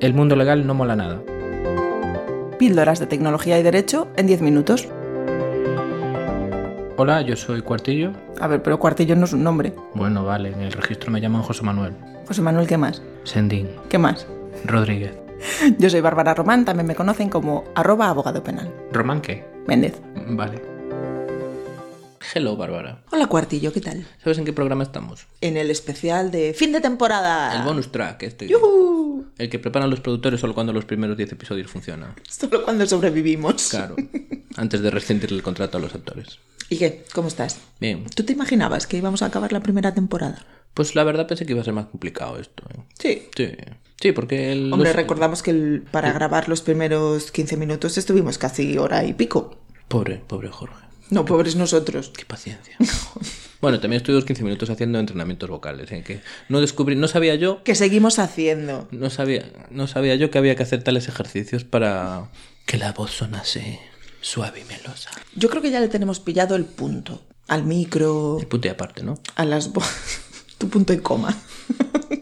el mundo legal no mola nada. Píldoras de tecnología y derecho en 10 minutos. Hola, yo soy Cuartillo. A ver, pero Cuartillo no es un nombre. Bueno, vale, en el registro me llaman José Manuel. José Manuel, ¿qué más? Sendín. ¿Qué más? Rodríguez. Yo soy Bárbara Román, también me conocen como arroba abogado penal. ¿Román qué? Méndez. Vale. Hello, Bárbara. Hola Cuartillo, ¿qué tal? ¿Sabes en qué programa estamos? En el especial de fin de temporada. El bonus track, este. Ah. ¡Yujú! El que preparan los productores solo cuando los primeros 10 episodios funcionan. Solo cuando sobrevivimos. Claro. antes de rescindirle el contrato a los actores. ¿Y qué? ¿Cómo estás? Bien. ¿Tú te imaginabas que íbamos a acabar la primera temporada? Pues la verdad pensé que iba a ser más complicado esto. ¿eh? Sí. Sí. Sí, porque el. Hombre, los- recordamos que el- para grabar los primeros 15 minutos estuvimos casi hora y pico. Pobre, pobre Jorge. No, pobres nosotros. Qué paciencia. bueno, también estuve los 15 minutos haciendo entrenamientos vocales, en que no descubrí, no sabía yo, Que seguimos haciendo. no sabía, no sabía yo que había que hacer tales ejercicios para que la voz sonase suave y melosa. Yo creo que ya le tenemos pillado el punto. Al micro, El punto y aparte, ¿no? a las voces. tu punto y coma.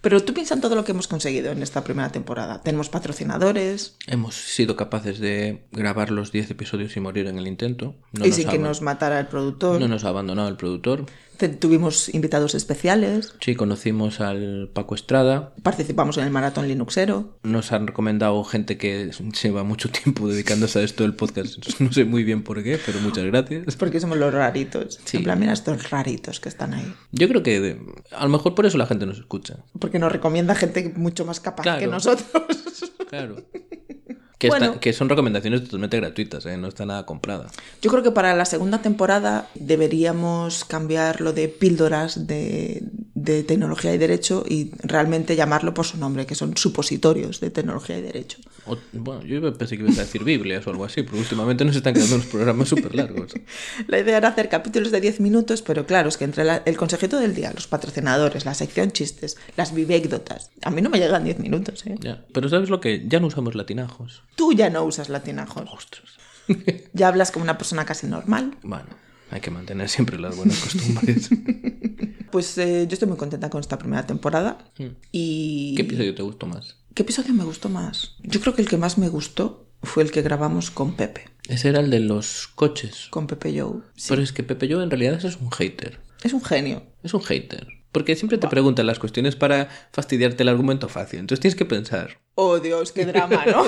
Pero tú piensa en todo lo que hemos conseguido en esta primera temporada. Tenemos patrocinadores, Hemos sido capaces de grabar los 10 episodios sin morir en el intento. No y nos sin ha que aban- nos matara el productor. no nos ha abandonado el productor. Te- Tuvimos invitados especiales. Sí, conocimos al Paco Estrada. Participamos en el maratón Linuxero. Nos han recomendado gente que lleva mucho tiempo dedicándose a esto del podcast. No sé muy bien por qué, pero muchas gracias. Porque somos los raritos. Sí. En plan, mira estos raritos que están ahí. Yo creo que de- a lo mejor por eso la gente nos escucha. Porque nos recomienda gente mucho más capaz Claro. que nosotros. Claro. Que, Bueno. está- que son recomendaciones totalmente gratuitas, ¿eh? no está nada comprada. Yo creo que para la segunda temporada deberíamos cambiar lo de píldoras de, de tecnología y derecho y realmente llamarlo por su nombre, que son supositorios de tecnología y derecho. O- bueno, yo pensé que ibas a decir Biblias o algo así, pero últimamente nos están quedando unos programas súper largos. La idea era hacer capítulos de 10 minutos, pero claro, es que entre la- el consejito del día, los patrocinadores, la sección chistes, las vivécdotas, a mí no me llegan 10 minutos, ¿eh? Ya. Pero ¿sabes lo que? Ya no usamos latinajos. Tú ya no usas latinajos, Ostras. ya hablas como una persona casi normal. Bueno, hay que mantener siempre las buenas costumbres. Pues eh, yo estoy muy contenta con esta primera temporada y... Mm. ¿Qué episodio te gustó más? ¿Qué episodio me gustó más? Yo creo que el que más me gustó fue el que grabamos con Pepe, Ese era el de los coches. con Pepe Joe. Sí. Pero es que Pepe Yo en realidad ese es un hater. Es un genio. Es un hater. Porque siempre te preguntan las cuestiones para fastidiarte el argumento fácil. Entonces tienes que pensar. Oh Dios, qué drama, ¿no?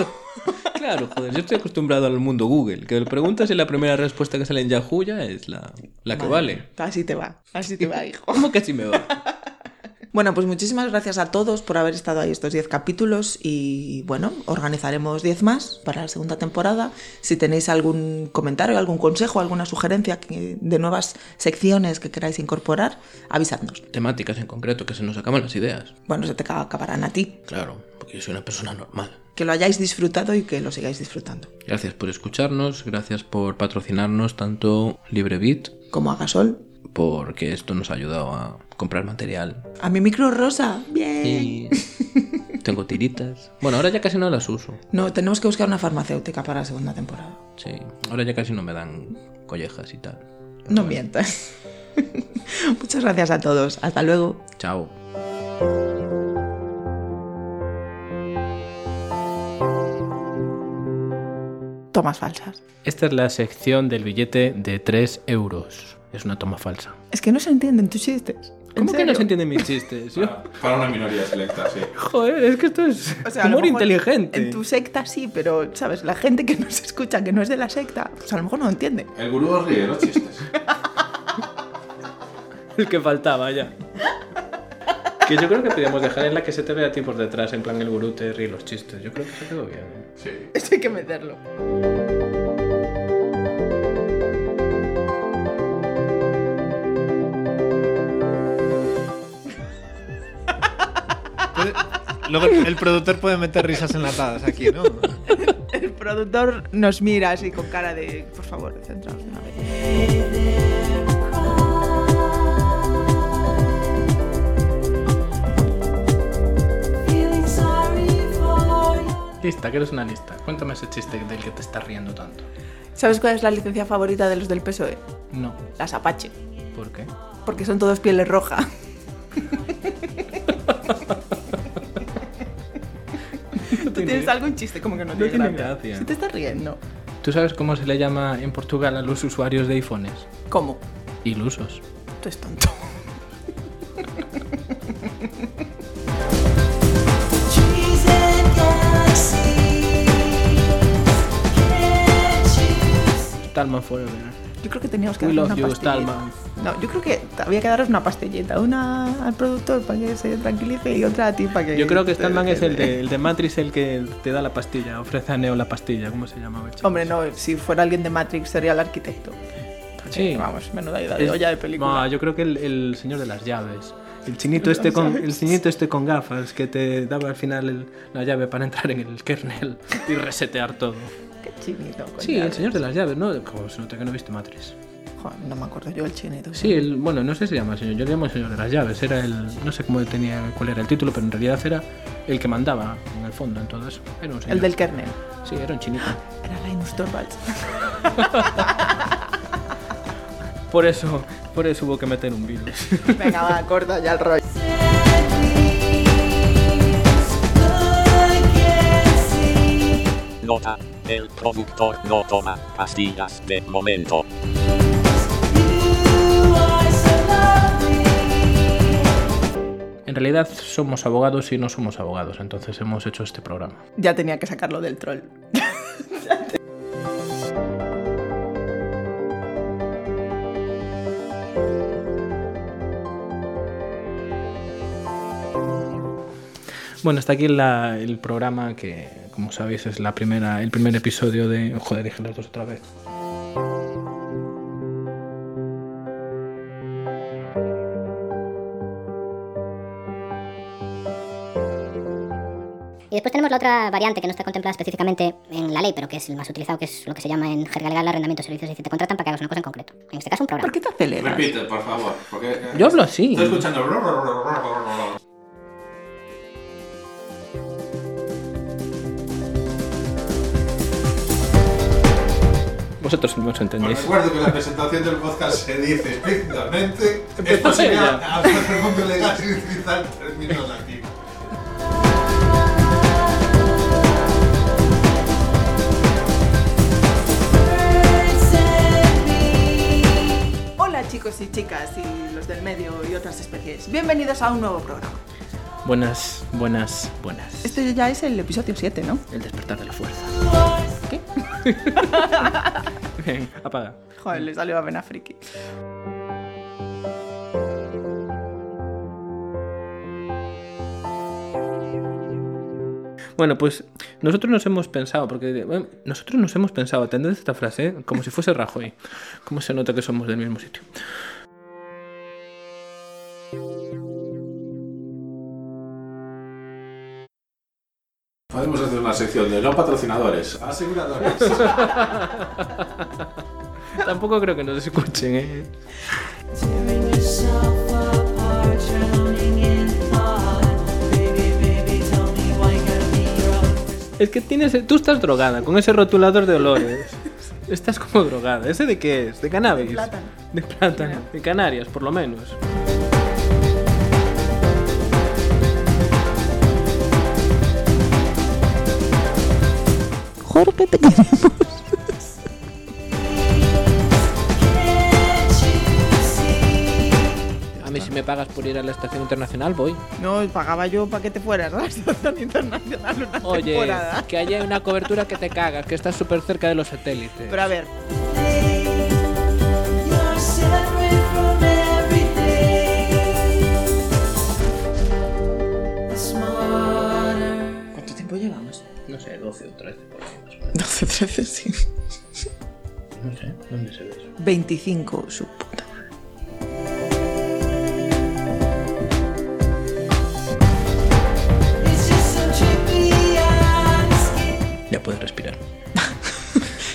Claro, joder, yo estoy acostumbrado al mundo Google, que le preguntas y la primera respuesta que sale en Yahoo ya es la, la que vale. Así te va, así te va, hijo. ¿Cómo que así me va? Bueno, pues muchísimas gracias a todos por haber estado ahí estos 10 capítulos y bueno, organizaremos 10 más para la segunda temporada. Si tenéis algún comentario, algún consejo, alguna sugerencia que- de nuevas secciones que queráis incorporar, avisadnos. Temáticas en concreto, que se nos acaban las ideas. Bueno, se te ca- acabarán a ti. Claro, porque yo soy una persona normal. Que lo hayáis disfrutado y que lo sigáis disfrutando. Gracias por escucharnos, gracias por patrocinarnos tanto LibreBit, Como haga sol. porque esto nos ha ayudado a comprar material. A mi micro rosa. Bien. Y tengo tiritas. Bueno, ahora ya casi no las uso. No, tenemos que buscar una farmacéutica para la segunda temporada. Sí, ahora ya casi no me dan collejas y tal. No mientas. Muchas gracias a todos. Hasta luego. Chao. Tomas falsas. Esta es la sección del billete de 3 euros. Es una toma falsa. Es que no se entienden tus chistes. ¿En ¿Cómo que no serio? se entienden mis chistes? Yo- Para- Para una minoría selecta, sí. joder, es que esto es O sea, a lo humor mejor inteligente. En tu secta sí, pero, ¿sabes? La gente que nos escucha, que no es de la secta, pues a lo mejor no entiende. El gurú os ríe de los chistes. El que faltaba ya. Que yo creo que podíamos dejar en la que se te vea a ti por detrás, en plan el gurú te ríe los chistes. Yo creo que se quedó bien. ¿eh? Sí. Eso hay que meterlo. Luego el productor puede meter risas enlatadas aquí, ¿no? El productor nos mira así con cara de, por favor, centraos de una vez. Lista, que eres una lista. Cuéntame ese chiste del que te estás riendo tanto. ¿Sabes cuál es la licencia favorita de los del PSOE? No, E? Las Apache. ¿por qué? Porque son todos pieles roja. Tú tienes algún chiste como que no, No tiene tiene gracia. gracia. Si te estás riendo. ¿Tú sabes cómo se le llama en Portugal a los usuarios de iPhones? ¿Cómo? Ilusos. Tú eres tonto. Trees and galaxies, can't you see? Talman Forever. Yo creo que teníamos que We darle love una you, pastillita. Stallman. No, yo creo que había que daros una pastillita. Una al productor para que se tranquilice y otra a ti para que. Yo creo que Stallman es el de, el de Matrix, el que te da la pastilla, ofrece a Neo la pastilla, ¿cómo se llamaba el chico? Hombre, no, si fuera alguien de Matrix sería el arquitecto. Sí. Vamos, menuda idea de Es- olla de película. No, yo creo que el, el señor de las llaves. El chinito, este con, el chinito este con gafas que te daba al final el- la llave para entrar en el kernel y resetear todo. Qué chinito. coño. Sí, el señor de las llaves, ¿no? Como se nota que no viste Matrix. Joder, no me acuerdo yo el chinito. Sí, el, bueno, no sé si se llama el señor, yo le llamo el señor de las llaves. Era el, no sé cómo tenía, cuál era el título, pero en realidad era el que mandaba en el fondo en todo eso. Era un señor. El del kernel. Sí, era un chinito. Era Linus Torvalds. Por eso, por eso hubo que meter un virus. Venga, va, corta ya el rollo. Nota. El productor no toma pastillas de momento. En realidad somos abogados y no somos abogados, entonces hemos hecho este programa. Ya tenía que sacarlo del troll. Bueno, hasta aquí la- el programa que, como sabéis, es la primera, el primer episodio de... Joder, dije los dos otra vez. Y después tenemos la otra variante que no está contemplada específicamente en la ley, pero que es el más utilizado, que es lo que se llama en jerga legal arrendamiento de servicios, y te contratan para que hagas una cosa en concreto. En este caso, un programa. ¿Por qué te aceleras? Repite, por favor. Porque, eh, Yo hablo así. Estoy escuchando. Vosotros mismos Os entendéis. recuerdo que la presentación del podcast se dice explícitamente. Es Empezó posible ella. hacer el mundo legal sin utilizar términos latinos. Hola chicos y chicas y los del medio y otras especies. Bienvenidos a un nuevo programa. Buenas, buenas, buenas. Este ya es el episodio 7, ¿no? El despertar de la fuerza. ¿Qué? Bien, apaga. Joder, le salió a pena friki. Bueno, pues nosotros nos hemos pensado, porque bueno, nosotros nos hemos pensado, atended esta frase ¿eh? como si fuese Rajoy. ¿Cómo se nota que somos del mismo sitio? Podemos hacer una sección de no patrocinadores. Aseguradores. Tampoco creo que nos escuchen, ¿eh? Tearing yourself apart, drowning in thought. Baby, baby, tell me why you gotta be your own person. Es que tienes, tú estás drogada con ese rotulador de olores. Estás como drogada. ¿Ese de qué es? ¿De cannabis? De plátano. De plátano. De Canarias, por lo menos. Jorge, te queremos. Can't you see? A mí si me pagas por ir a la estación internacional voy. No, pagaba yo para que te fueras a la estación internacional una temporada. que haya una cobertura que te cagas, que estás súper cerca de los satélites. Pero a ver, You're separate from everything. It's smarter. ¿Cuánto tiempo llevamos? No sé, 12 o 13 por ahí, más o 12, 13, sí. menos. No sé, ¿dónde se ve eso? 25, su puta. It's just some trippy eyes. Ya puedes respirar.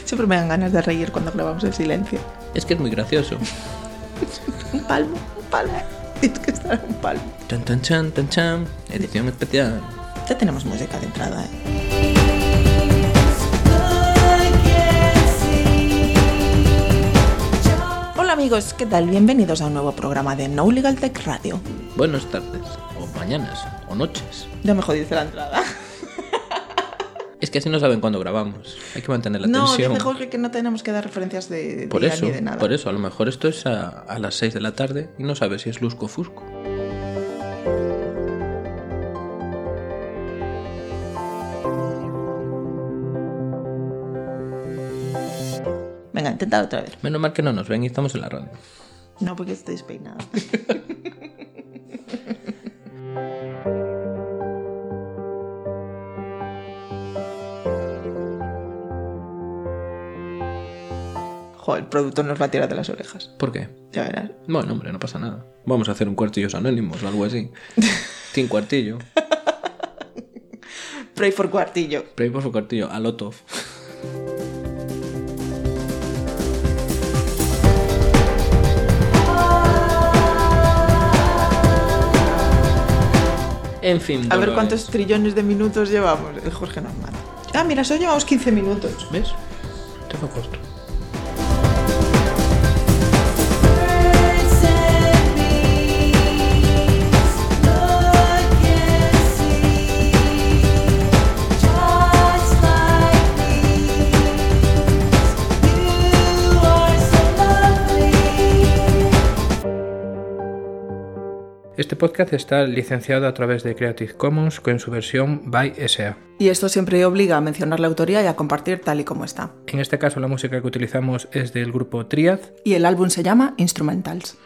siempre me dan ganas de reír cuando grabamos en silencio. Es que es muy gracioso. Un palmo, un palmo. Tienes que estar en un palmo. Chan, tan, chan, tan, chan. Edición especial. Ya tenemos música de entrada, ¿eh? Hola amigos, ¿qué tal? Bienvenidos a un nuevo programa de No Legal Tech Radio. Buenas tardes. O mañanas. O noches. Ya me jodiste la entrada. que así no saben cuándo grabamos. Hay que mantener la No, tensión. dice Jorge que no tenemos que dar referencias de Por día eso, ni de nada. por e- eso, a lo mejor esto es a, a las 6 de la tarde y no sabes si es Lusco o Fusco. Venga, intentad otra vez. Menos mal que no nos ven y estamos en la radio. No, porque estoy despeinada. Joder, el productor nos va a tirar de las orejas. ¿Por qué? Ya verás. Bueno, hombre, no pasa nada. Vamos a hacer un cuartillos anónimos o algo así. Tiene cuartillo. Pray for cuartillo. Pray por su cuartillo. A lot of. En fin. A ver Dolores. cuántos trillones de minutos llevamos. El Jorge nos mata. Ah, mira, solo llevamos 15 minutos. ¿Ves? Te fue corto. Este podcast está licenciado a través de Creative Commons con su versión by SA. Y esto siempre obliga a mencionar la autoría y a compartir tal y como está. En este caso la música que utilizamos es del grupo Triad Y el álbum se llama Instrumentals.